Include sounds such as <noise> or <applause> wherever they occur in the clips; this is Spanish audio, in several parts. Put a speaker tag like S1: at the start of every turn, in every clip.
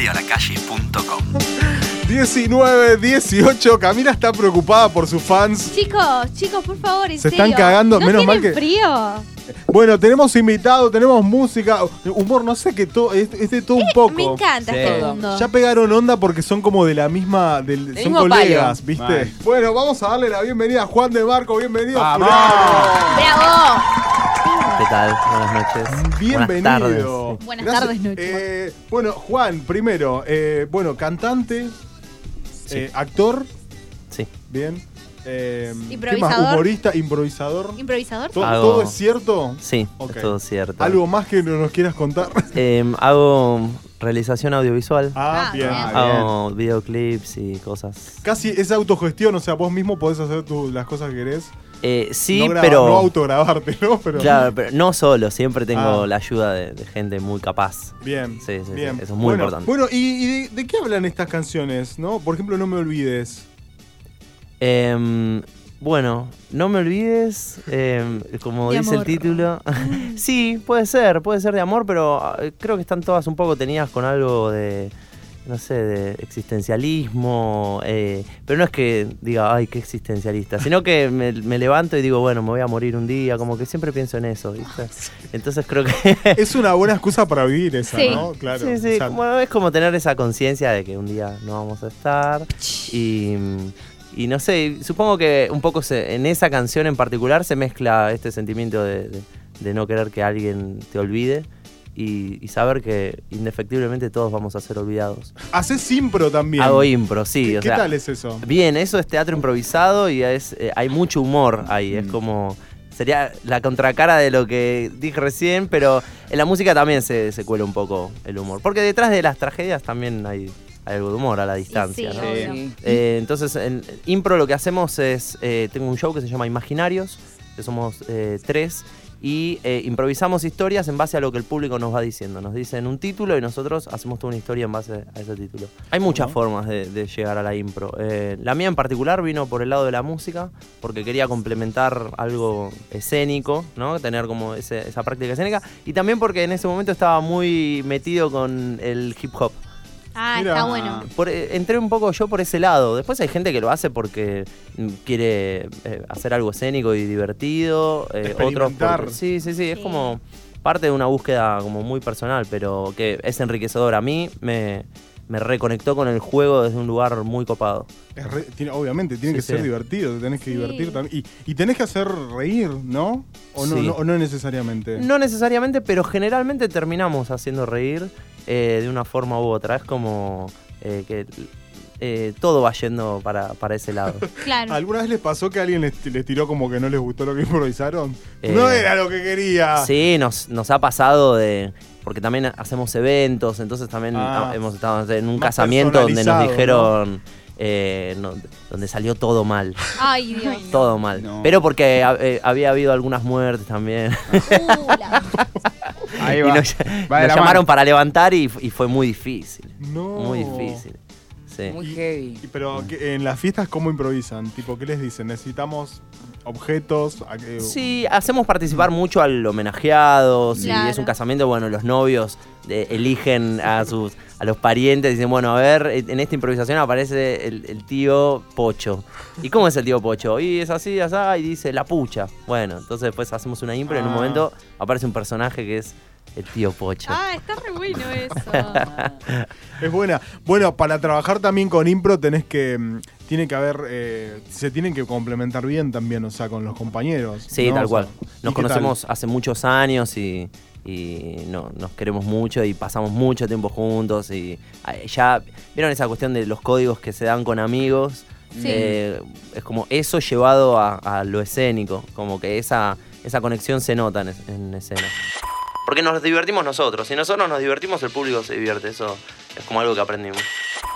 S1: radioalacalle.com
S2: 19, 18. Camila está preocupada por sus fans.
S3: Chicos, chicos, por favor, en
S2: Se
S3: serio.
S2: están cagando,
S3: ¿No
S2: menos mal
S3: tienen
S2: que-
S3: frío.
S2: Bueno, tenemos invitado, tenemos música, humor, no sé qué, todo, es, es de todo un poco.
S3: Eh, Me encanta
S4: Sí.
S3: este mundo.
S2: Ya pegaron onda porque son como de la misma. del- son
S4: mismo
S2: colegas,
S4: palo.
S2: ¿viste?
S5: Mal.
S2: Bueno, vamos a darle la bienvenida a Juan de Marco. Bienvenido,
S5: ¡Vamos!
S2: fulano.
S3: ¡Bravo!
S4: ¿Qué tal? Buenas noches. Buenas tardes.
S2: Bienvenido.
S3: Buenas
S2: Gracias.
S3: tardes, Nacho.
S2: Eh, bueno, Juan, primero, eh, bueno, cantante,
S4: Sí.
S2: eh, actor,
S4: Sí.
S2: bien. eh, ¿qué más?
S3: Improvisador.
S2: Humorista, improvisador.
S3: ¿Improvisador?
S2: ¿Todo,
S4: Hago-
S2: todo es cierto?
S4: Sí,
S2: Ok.
S4: es todo cierto.
S2: ¿Algo más que no nos quieras contar?
S4: Em, hago realización audiovisual.
S2: Ah,
S3: Ah,
S2: bien.
S3: bien.
S2: bien.
S4: hago videoclips y cosas.
S2: Casi es autogestión, o sea, vos mismo podés hacer tu- las cosas que querés.
S4: Eh, sí,
S2: no graba-
S4: pero.
S2: No autograbarte, ¿no? Pero,
S4: Claro, pero no solo, siempre tengo
S2: Ah.
S4: la ayuda de, de gente muy capaz.
S2: Bien.
S4: Sí, sí, sí,
S2: bien.
S4: eso es muy
S2: Bueno,
S4: importante.
S2: Bueno, ¿y, y de, de qué hablan estas canciones? ¿No? Por ejemplo, No me olvides.
S4: Em, bueno, no me olvides, em, como
S3: De
S4: dice
S3: amor. Ah.
S4: el título. <laughs> sí, puede ser, puede ser de amor, pero ah, creo que están todas un poco tenidas con algo de, no sé, de existencialismo. eh, pero no es que diga, ay, qué existencialista, sino que me, me levanto y digo, bueno, me voy a morir un día, como que siempre pienso en
S3: <laughs>
S4: eso, ¿viste? Entonces creo que...
S2: Es una buena excusa para vivir esa,
S3: Sí.
S2: ¿no? Claro.
S4: <laughs> Sí, sí,
S2: o sea,
S4: como- es como tener esa conciencia de que un día no vamos a estar. Y, y no sé, y supongo que un poco se- en esa canción en particular se mezcla este sentimiento de, de- de no querer que alguien te olvide y, y saber que indefectiblemente todos vamos a ser olvidados.
S2: Haces impro también.
S4: Hago impro, sí.
S2: ¿Qué,
S4: o
S2: qué
S4: sea,
S2: tal es eso?
S4: Bien, eso es teatro improvisado y es, eh, hay mucho humor ahí. Es
S5: Mm.
S4: como. Sería la contracara de lo que dije recién, pero en la música también se, se cuela un poco el humor. Porque detrás de las tragedias también hay, hay algo de humor a la distancia.
S3: sí,
S4: ¿no?
S3: obvio.
S4: Eh, entonces, en impro lo que hacemos es, eh, tengo un show que se llama Imaginarios, que somos eh, tres, y eh, improvisamos historias en base a lo que el público nos va diciendo. Nos dicen un título y nosotros hacemos toda una historia en base a ese título. Hay muchas formas de, de llegar a la impro. Eh, la mía en particular vino por el lado de la música, porque quería complementar algo escénico, ¿no? Tener como ese- esa práctica escénica, y también porque en ese momento estaba muy metido con el hip hop.
S3: Ah,
S2: Mira.
S3: está bueno.
S4: Por- eh, entré un poco yo por ese lado. Después hay gente que lo hace porque mm, quiere eh, hacer algo escénico y divertido. eh, otros
S2: Experimentar.
S4: porque- sí, sí, sí, es
S3: Sí.
S4: como parte de una búsqueda como muy personal, pero que es enriquecedora. A mí me, me reconectó con el juego desde un lugar muy copado.
S2: Es re- tiene- obviamente, tiene
S4: Sí,
S2: que
S4: sí.
S2: ser divertido, te tenés que
S3: Sí.
S2: divertir también. Y, y tenés que hacer reír, ¿no? ¿O no,
S4: Sí.
S2: no, o no necesariamente?
S4: No necesariamente, pero generalmente terminamos haciendo reír eh, de una forma u otra. Es como eh, que eh, todo va yendo para, para ese lado.
S3: Claro.
S2: ¿Alguna vez les pasó que alguien les, les tiró como que no les gustó lo que <laughs> improvisaron?
S4: Eh,
S2: no era lo que
S5: Ah.
S2: quería.
S4: Sí, nos, nos ha pasado de. Porque también hacemos eventos, entonces también
S2: Ah.
S4: ha- hemos estado no sé, en un
S2: Más
S4: casamiento donde nos
S2: personalizado,
S4: dijeron. eh, no- donde salió todo mal.
S3: Ay,
S2: <laughs>
S3: Dios.
S4: Todo mal.
S5: No.
S4: Pero porque ha- eh, había habido algunas muertes también.
S3: Uh, la-
S5: Ahí
S4: <laughs> y
S5: va.
S4: nos,
S5: Va de
S4: nos
S5: la
S4: llamaron
S5: mano.
S4: para levantar y, y fue muy difícil.
S2: No.
S4: Muy difícil. Sí.
S2: Y-
S6: Muy heavy.
S2: y- Pero que- en las fiestas, ¿cómo improvisan? Tipo, ¿qué les dicen? ¿Necesitamos objetos? ¿A qué-
S4: Sí, hacemos participar mucho al homenajeado. Si
S3: Claro.
S4: es un casamiento, bueno, los novios eh, eligen a sus a los parientes y dicen, bueno, a ver, eh, en esta improvisación aparece el, el tío Pocho. ¿Y cómo es el tío Pocho? Y es así, asá, y dice la pucha. Bueno, entonces después hacemos una impro y en un
S2: Ah.
S4: momento aparece un personaje que es el tío Pocho.
S3: Ah, está re bueno
S4: <laughs>
S3: eso.
S2: Es buena. Bueno, para trabajar también con impro tenés que. mm, Tiene que haber. eh, se tienen que complementar bien también, o sea, con los compañeros.
S4: Sí,
S2: ¿no?
S4: tal
S2: O sea,
S4: cual.
S2: ¿y
S4: Nos
S2: qué tal?
S4: conocemos hace muchos años y, y no, nos queremos mucho y pasamos mucho tiempo juntos. Y ah, ya, ¿vieron esa cuestión de los códigos que se dan con amigos?
S3: Sí.
S4: Eh, es como eso llevado a, a lo escénico, como que esa, esa conexión se nota en, es- en escena. Porque nos divertimos nosotros, si nosotros nos divertimos, el público se divierte, eso es como algo que aprendimos.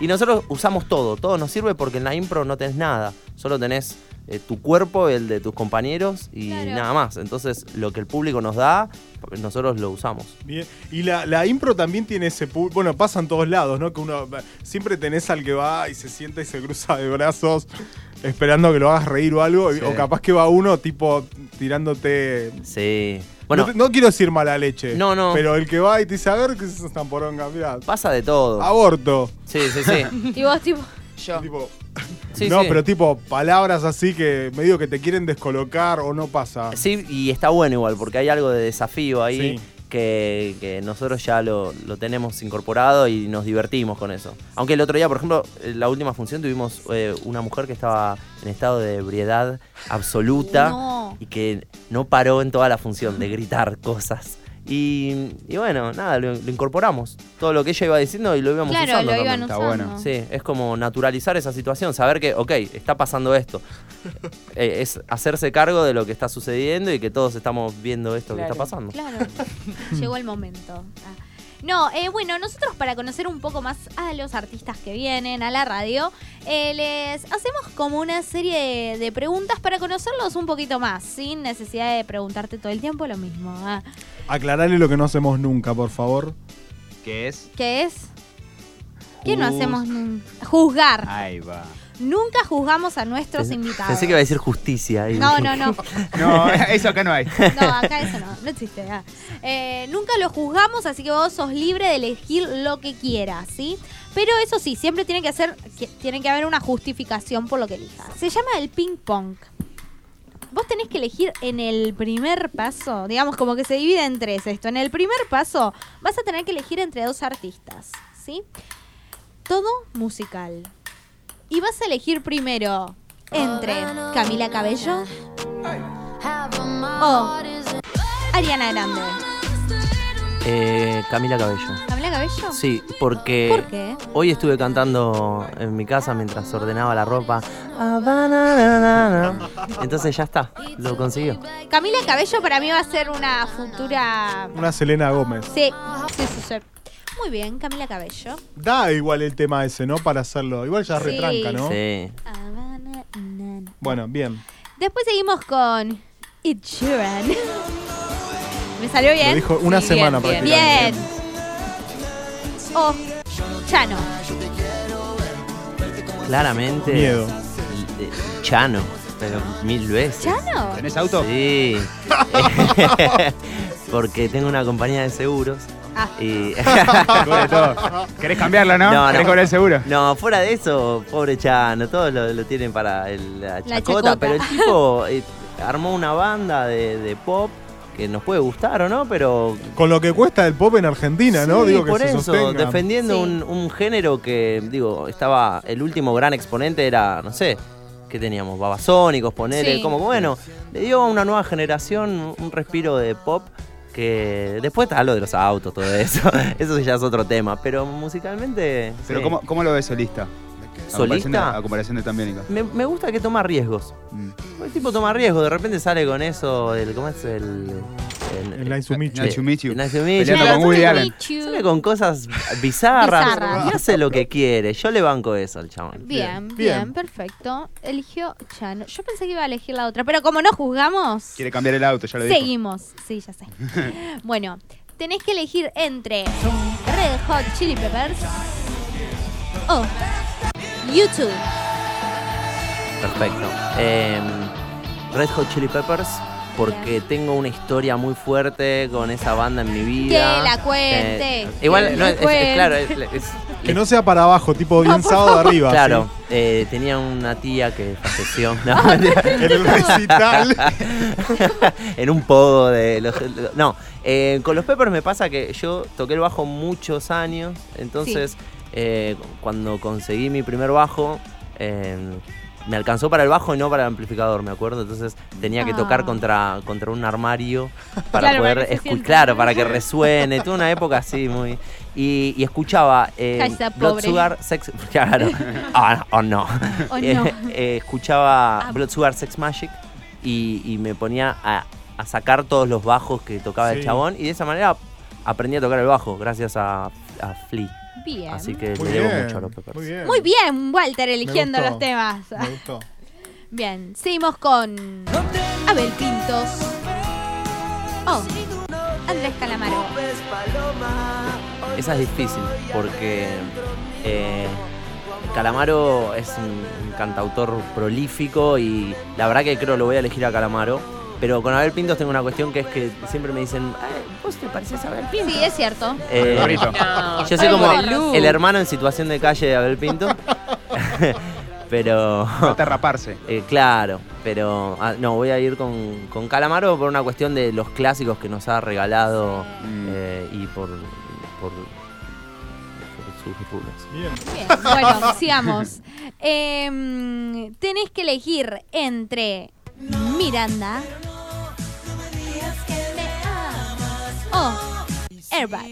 S4: Y nosotros usamos todo, todo nos sirve porque en la impro no tenés nada, solo tenés eh, tu cuerpo, el de tus compañeros y
S3: Claro.
S4: nada más. Entonces lo que el público nos da, nosotros lo usamos.
S2: Bien. Y la, la impro también tiene ese pu- Bueno, pasa en todos lados, ¿no? Que uno. Siempre tenés al que va y se sienta y se cruza de brazos esperando que lo hagas reír o algo. y-
S4: Sí.
S2: O capaz que va uno, tipo, tirándote.
S4: Sí, Bueno,
S2: no, te- no quiero decir mala leche.
S4: No, no.
S2: Pero el que va y te dice, a ver, ¿qué es esa poronga? Mirá,
S4: pasa de todo.
S2: Ah, aborto.
S4: Sí, sí, sí.
S3: Y vos, tipo,
S1: Yo.
S2: Tipo,
S4: Sí,
S2: no,
S4: sí.
S2: pero tipo, palabras así que medio que te quieren descolocar o no pasa.
S4: Sí, y está bueno igual, porque hay algo de desafío ahí
S2: Sí.
S4: que, que nosotros ya lo, lo tenemos incorporado y nos divertimos con eso. Aunque el otro día, por ejemplo, en la última función tuvimos eh, una mujer que estaba en estado de ebriedad absoluta
S3: No.
S4: y que no paró en toda la función de gritar cosas. Y, y bueno, nada, lo, lo incorporamos. Todo lo que ella iba diciendo y lo íbamos
S3: claro,
S4: usando
S3: lo
S4: también.
S3: iban
S1: está
S3: usando.
S1: bueno.
S4: Sí, es como naturalizar esa situación, saber que, ok, está
S3: <laughs>
S4: pasando esto. Eh, es hacerse cargo de lo que está sucediendo y que todos estamos viendo esto
S1: Claro.
S4: que está <laughs> pasando.
S3: Claro, llegó el momento. Ah. No, eh, bueno, nosotros para conocer un poco más a los artistas que vienen a la radio, eh, les hacemos como una serie de, de preguntas para conocerlos un poquito más, sin necesidad de preguntarte todo el tiempo lo mismo. Ah,
S2: Aclarale lo que no hacemos nunca, por favor.
S1: ¿Qué es?
S3: ¿Qué es? ¿Qué no
S1: Juz-
S3: hacemos? nun- Juzgar.
S1: Ahí va.
S3: Nunca juzgamos a nuestros
S4: Ah. Pensé-
S3: invitados.
S4: Pensé que iba a decir justicia. y
S3: No,
S4: dije,
S3: no,
S4: <laughs>
S3: no.
S1: No, eso acá no hay.
S3: No, acá eso no, no existe. ah. Eh, nunca lo juzgamos, así que vos sos libre de elegir lo que quieras, ¿sí? Pero eso sí, siempre tiene que hacer, que- tiene que haber una justificación por lo que elijas. Se llama el ping pong. Vos tenés que elegir en el primer paso, digamos como que se divide en tres esto. En el primer paso vas a tener que elegir entre dos artistas, ¿sí? Todo musical. Y vas a elegir primero entre Camila Cabello o Oh. Ariana Grande.
S4: eh, Camila Cabello.
S3: ¿Camila Cabello?
S4: Sí, porque
S3: ¿Por qué?
S4: hoy estuve cantando en mi casa mientras ordenaba la ropa. Ah, bananana. Entonces ya está, lo consiguió.
S3: Camila Cabello para mí va a ser una futura...
S2: Una Selena Gómez.
S3: Sí, sí, sí, sí. Muy bien, Camila Cabello.
S2: Da igual el tema ese, ¿no? Para hacerlo. Igual ya
S3: Sí.
S2: retranca, ¿no?
S4: Sí.
S3: Habana, na, na.
S2: Bueno, bien.
S3: Después seguimos con Ed Sheeran. ¿Me salió
S2: Lo
S3: bien?
S2: dijo una
S1: Sí,
S2: semana
S1: bien,
S2: prácticamente.
S3: Bien. O Oh, Chano.
S4: Claramente.
S2: Miedo.
S4: eh, Chano, pero mil veces.
S3: ¿Chano?
S1: ¿Tenés auto?
S4: Sí. <laughs> Porque tengo una compañía de seguros.
S3: Ah.
S4: Y... <laughs>
S1: Te cubre todo. <laughs> ¿Querés cambiarlo, no?
S4: No, no.
S1: ¿Querés cobrar el seguro?
S4: No, fuera de eso, pobre Chano, todos lo, lo tienen para el- la, chacota,
S3: chacota.
S4: pero el tipo eh, armó una banda de, de pop que nos puede gustar o no, pero...
S2: Con lo que cuesta el pop en Argentina, ¿no?
S4: Sí,
S2: Digo que
S4: por
S2: se
S4: eso,
S2: sostenga.
S4: defendiendo
S3: Sí.
S4: un, un género que, digo, estaba, el último gran exponente era, no sé, ¿qué teníamos? Babasónicos, ponerle,
S3: Sí.
S4: como que, bueno, le dio a una nueva generación un respiro de pop que después está lo de los autos, todo eso, <laughs> eso ya es otro tema, pero musicalmente...
S1: Pero
S4: sí.
S1: ¿cómo, cómo lo ves solista? A comparación de-
S4: ¿Solista?
S1: A comparación de Tambiónica.
S4: Me, me gusta que toma riesgos.
S1: Mm.
S4: El tipo toma riesgos, de repente sale con eso, el, ¿cómo es el...?
S2: El Nice to meet you.
S1: Nice to meet you.
S4: el Nice to meet you.
S1: Peleando con Woody Allen.
S4: Sale con cosas bizarras.
S3: Bizarras.
S4: Y hace lo que quiere. Yo le banco eso al chabón.
S3: Bien, bien,
S2: Bien, bien.
S3: perfecto. Eligió Chano. Yo pensé que iba a elegir la otra, pero como no juzgamos,
S1: Quiere cambiar el auto, ya lo dijo.
S3: seguimos. Sí, ya sé. bueno, tenés que elegir entre Red Hot Chili Peppers o YouTube.
S4: Perfecto. Eh, Red Hot Chili Peppers. Porque tengo una historia muy fuerte con esa banda en mi vida.
S3: Que la cuente.
S4: Eh, igual,
S3: Que
S4: no,
S3: la
S4: es, es-
S3: cuente.
S4: claro, es- es-
S2: Que no sea para abajo, tipo bien sábado arriba.
S4: claro. eh, tenía una tía que falleció. <laughs> No,
S3: <laughs>
S2: ¿sí? En el
S4: <laughs>
S2: recital.
S4: en un pogo de los. No, eh, con los Peppers me pasa que yo toqué el bajo muchos años, entonces eh, cuando conseguí mi primer bajo, eh, me alcanzó para el bajo y no para el amplificador, me acuerdo. Entonces tenía que tocar
S3: Ah.
S4: contra, contra un
S3: <laughs>
S4: armario para
S3: Claro, para
S4: poder
S3: que se
S4: escuchar,
S3: sienta.
S4: claro, para que resuene. Tuve una época así muy. Y, y escuchaba eh,
S3: Calla,
S4: Blood
S3: pobre.
S4: Sugar Sex. <laughs>
S3: <laughs>
S4: Claro. Ah, oh, no.
S3: O
S4: Eh,
S3: no.
S4: <laughs> eh, escuchaba
S3: Ah.
S4: Blood Sugar Sex Magic y, y me ponía a, a sacar todos los bajos que tocaba el
S2: Sí.
S4: chabón y de esa manera aprendí a tocar el bajo gracias a, a Flea.
S3: Bien.
S4: Así que
S2: Muy
S4: le debo
S2: bien,
S4: mucho a los Peppers.
S2: Muy bien.
S3: Muy bien, Walter, eligiendo
S2: gustó.
S3: los temas.
S2: Me gustó.
S3: Bien, seguimos con Abel Pintos. Oh, Andrés Calamaro.
S4: Esa es difícil porque eh, Calamaro es un, un cantautor prolífico y la verdad que creo lo voy a elegir a Calamaro Pero con Abel Pintos tengo una cuestión que es que siempre me dicen, "Ay, vos te pareces a Abel Pintos.
S3: Sí, es cierto.
S4: Eh,
S1: Gorrito.
S4: yo soy como
S5: Ay, boludo.
S4: el hermano en situación de calle de Abel Pinto. <laughs> pero. <laughs>
S1: Falta raparse.
S4: eh, claro, pero. ah, no, voy a ir con, con Calamaro por una cuestión de los clásicos que nos ha regalado
S1: Mm.
S4: eh, y por. por, por sus disculpas.
S2: Bien.
S3: Bien, bueno, sigamos. Em, tenés que elegir entre Miranda o Airbag.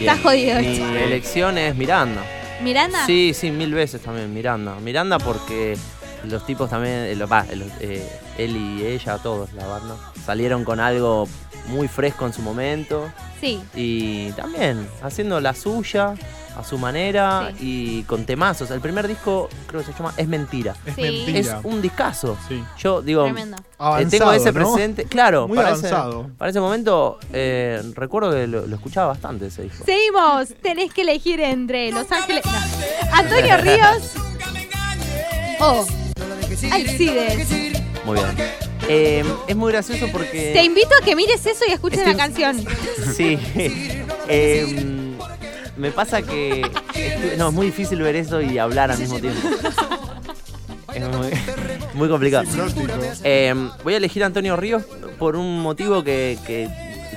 S3: Está jodido
S4: Mi
S3: esto.
S4: elección es Miranda.
S3: ¿Miranda?
S4: Sí, sí, mil veces también, Miranda. Miranda porque los tipos también, eh, lo- va, los- eh, él y ella, todos, la banda, salieron con algo muy fresco en su momento
S3: Sí.
S4: y también haciendo la suya a su manera y con temazos. El primer disco creo que se llama Es Mentira.
S2: Es
S3: Sí.
S4: Es
S2: mentira.
S4: un discazo.
S2: Sí.
S4: Yo digo,
S3: Tremendo.
S4: eh,
S2: Avanzado,
S4: tengo ese
S2: ¿no?
S4: presente, claro,
S2: Muy
S4: para, ese-
S2: avanzado.
S4: para ese momento eh, recuerdo que lo, lo escuchaba bastante ese disco.
S3: Seguimos. Tenés que elegir entre Los Ángeles. no.
S4: <laughs>
S3: Antonio Ríos o Alcides.
S4: Muy bien. Eh, es muy gracioso porque...
S3: Te invito a que mires eso y escuches la
S4: Estoy-
S3: canción.
S4: <laughs> Sí. Em, me pasa que. estu- No, es muy difícil ver eso y hablar al mismo <laughs> tiempo. Es muy, muy complicado. Em, voy a elegir a Antonio Ríos por un motivo que, que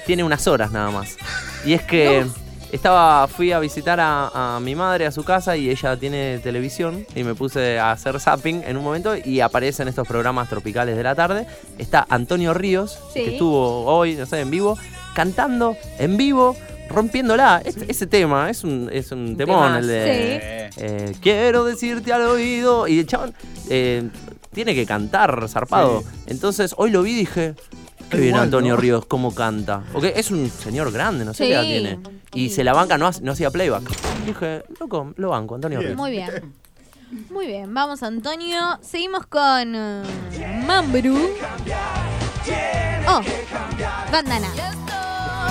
S4: tiene unas horas nada más. Y es que. Estaba, fui a visitar a, a mi madre a su casa y ella tiene televisión y me puse a hacer zapping en un momento y aparecen estos programas tropicales de la tarde. Está Antonio Ríos,
S3: Sí.
S4: que estuvo hoy, no sé, en vivo, cantando en vivo, rompiéndola. Es- ese tema es un, es un temón,
S5: temazo.
S4: el de...
S3: Sí.
S4: eh, quiero decirte al oído. Y el chabón eh, tiene que cantar, zarpado.
S2: Sí.
S4: Entonces, hoy lo vi y dije... Qué
S2: Igual,
S4: bien Antonio
S2: ¿no?
S4: Ríos, cómo canta. Porque es un señor grande, no sé
S3: Sí.
S4: qué edad tiene. Y se la banca, no, hace- no hacía playback. Dije, loco, lo banco, Antonio
S2: Bien.
S4: Ríos.
S3: Muy bien. Muy bien, vamos Antonio. Seguimos con eh, Mambru. Oh, bandana.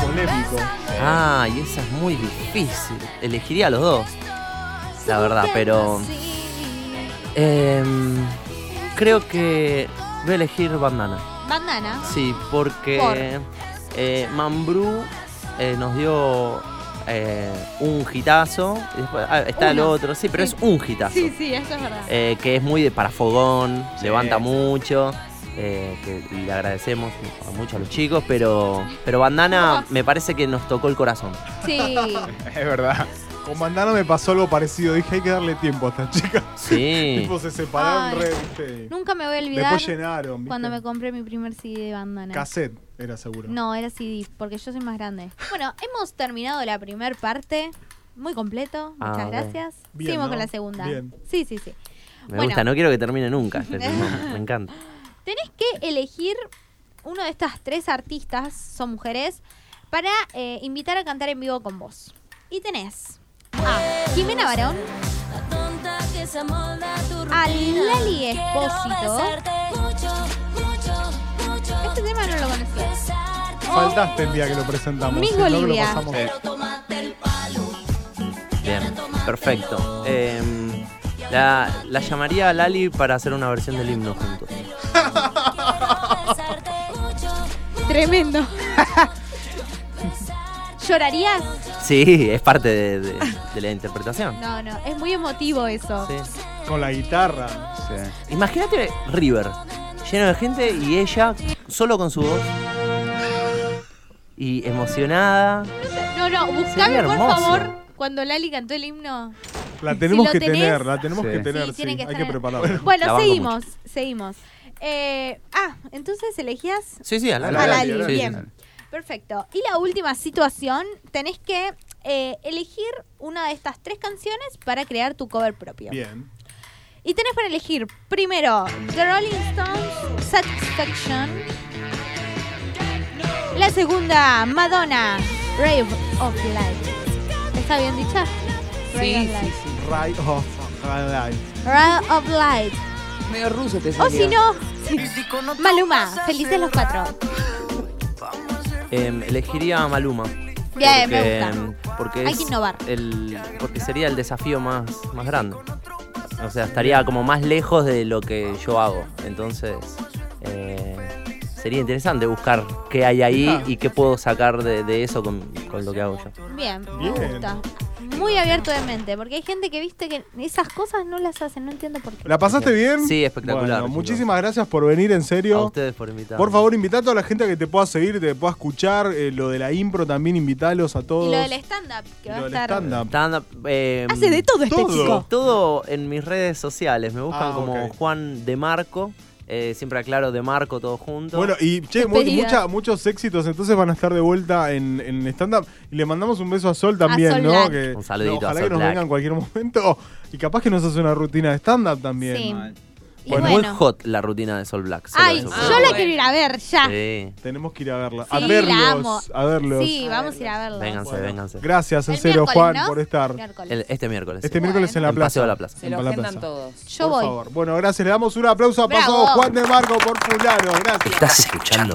S2: Polémico.
S4: Ah, y esa es muy difícil. Elegiría a los dos, la verdad, pero... Em, creo que voy a elegir Bandana.
S3: Bandana.
S4: Sí, porque eh, Mambrú eh, nos dio eh, un hitazo. y después- ah, está el
S3: Uno.
S4: otro, sí, pero
S3: Sí.
S4: es un hitazo.
S3: Sí, sí, eso es verdad.
S4: eh, que es muy de para fogón,
S1: Sí.
S4: levanta mucho. eh, que le agradecemos a- mucho a los chicos, pero, pero Bandana
S3: No.
S4: me parece que nos tocó el corazón.
S3: Sí.
S1: Es verdad.
S2: Con Bandana me pasó algo parecido. Dije, hay que darle tiempo a esta chica.
S4: Sí.
S2: <laughs> Tipo, se separaron
S3: Ay.
S2: re, viste.
S3: Nunca me voy a olvidar
S2: Después llenaron, ¿viste?
S3: cuando me compré mi primer CD de bandana.
S2: Cassette, era seguro.
S3: No, era CD, porque yo soy más grande. Bueno, hemos terminado la primera parte. Muy completo.
S4: Ah,
S3: Muchas
S4: bueno.
S3: gracias.
S2: Bien,
S3: Seguimos
S2: ¿no?
S3: con la segunda.
S2: Bien.
S3: Sí, sí, sí.
S4: me
S3: bueno.
S4: gusta, no quiero que termine nunca.
S3: <laughs>
S4: este tema, me encanta.
S3: Tenés que elegir uno de estas tres artistas, son mujeres, para eh, invitar a cantar en vivo con vos. Y tenés a Jimena Barón,
S6: A
S3: a Lali Espósito. Este tema no lo conocías.
S2: Faltaste el día que lo presentamos.
S3: Mingo
S2: si no, que lo
S3: Olivia.
S2: pasamos.
S1: Sí.
S4: Bien, perfecto. Em, la, la llamaría a Lali para hacer una versión del himno juntos.
S3: Tremendo. <laughs> ¿Llorarías?
S4: Sí, es parte de, de- de la interpretación.
S3: No, no, es muy emotivo eso.
S4: Sí.
S2: Con la guitarra.
S1: Sí.
S4: Imagínate River, lleno de gente y ella solo con su voz. Y emocionada.
S3: No, no, buscame por
S4: hermoso.
S3: favor cuando Lali cantó el himno.
S2: La tenemos
S3: lo
S2: que
S3: tenés-
S2: tener, la tenemos
S1: Sí.
S2: que tener,
S3: Sí,
S2: sí.
S3: tiene que
S2: Hay
S3: estar
S2: que
S3: en-
S2: prepararla.
S4: La
S3: Bueno,
S4: banco
S3: seguimos, seguimos. Eh, ah, entonces elegías
S4: Sí, sí, a Lali.
S3: A
S1: Lali,
S3: Lali,
S1: Lali.
S3: bien. Perfecto. Y la última situación, tenés que eh, elegir una de estas tres canciones para crear tu cover propio.
S2: Bien.
S3: Y tenés para elegir primero The Rolling Stones Satisfaction. La segunda, Madonna, Rave of Light. ¿Está bien dicha? Rave of Light.
S2: Right off. right life.
S3: Rave of Light.
S5: Medio ruso te
S3: O
S5: salió.
S3: si no, Maluma, felices los cuatro.
S4: Em, elegiría a Maluma.
S3: Bien, me
S4: porque-
S3: gusta.
S4: Porque
S3: Hay
S4: es
S3: que innovar.
S4: el- porque sería el desafío más, más grande. O sea, estaría como más lejos de lo que yo hago. Entonces, eh, sería interesante buscar qué hay ahí y qué puedo sacar de, de eso con, con lo que hago yo.
S3: Bien, me
S2: Bien.
S3: gusta. Muy abierto de mente, porque hay gente que viste que esas cosas no las hacen, no entiendo por qué.
S2: ¿La pasaste bien?
S4: Sí, espectacular,
S2: Bueno,
S4: chicos.
S2: muchísimas gracias por venir, en
S4: A
S2: serio.
S4: ustedes por invitarme.
S2: Por favor, invita a toda la gente a que te pueda seguir, te pueda escuchar. eh, lo de la impro también, invitalos a todos.
S3: Y lo del stand-up, que
S2: Y
S3: va
S2: lo
S3: a
S2: del
S3: estar.
S2: stand-up.
S4: Stand-up, eh,
S5: Hace de todo este
S2: Todo.
S5: chico.
S4: Todo en mis redes sociales. Me buscan
S2: Ah,
S4: como
S2: ok.
S4: Juan de Marco. Eh, siempre aclaro de Marco todo junto.
S2: Bueno, y che, mu-
S3: Despedida.
S2: mucha- muchos éxitos entonces van a estar de vuelta en, en stand-up. Y le mandamos un beso a Sol también,
S3: A Sol
S2: ¿no?
S3: Black.
S2: Que,
S4: Un saludito
S2: Ojalá
S4: a Sol
S2: que nos
S4: Black.
S2: venga en cualquier momento. Y capaz que nos hace una rutina de stand-up también.
S3: Sí. Y
S4: Fue
S3: bueno.
S4: muy hot la rutina de Sol Black. solo
S3: Ay,
S4: eso
S3: yo
S4: puedo
S6: Ah,
S3: la
S4: decir.
S6: bueno.
S3: quiero ir a ver ya.
S4: Sí,
S2: Tenemos que ir a verla.
S3: Sí,
S2: a
S3: la amo.
S2: verlos. A verlos.
S3: Sí, vamos a ir a verlo.
S4: vénganse, vénganse.
S2: Gracias, en
S3: El
S2: serio,
S3: miércoles,
S2: Juan,
S3: ¿no?
S2: por estar.
S3: Miércoles.
S4: El- este miércoles.
S2: Este
S4: sí.
S2: miércoles en la
S4: En
S2: plaza.
S4: Paseo de la Plaza.
S2: En
S6: Se lo
S2: Pala
S6: agendan
S2: Plaza.
S6: todos.
S3: Yo
S2: por
S3: voy.
S2: favor. Bueno, gracias. Le damos un aplauso a
S3: Bravo.
S2: Paso Juan de Marco por Fulano. Gracias.
S4: Estás escuchando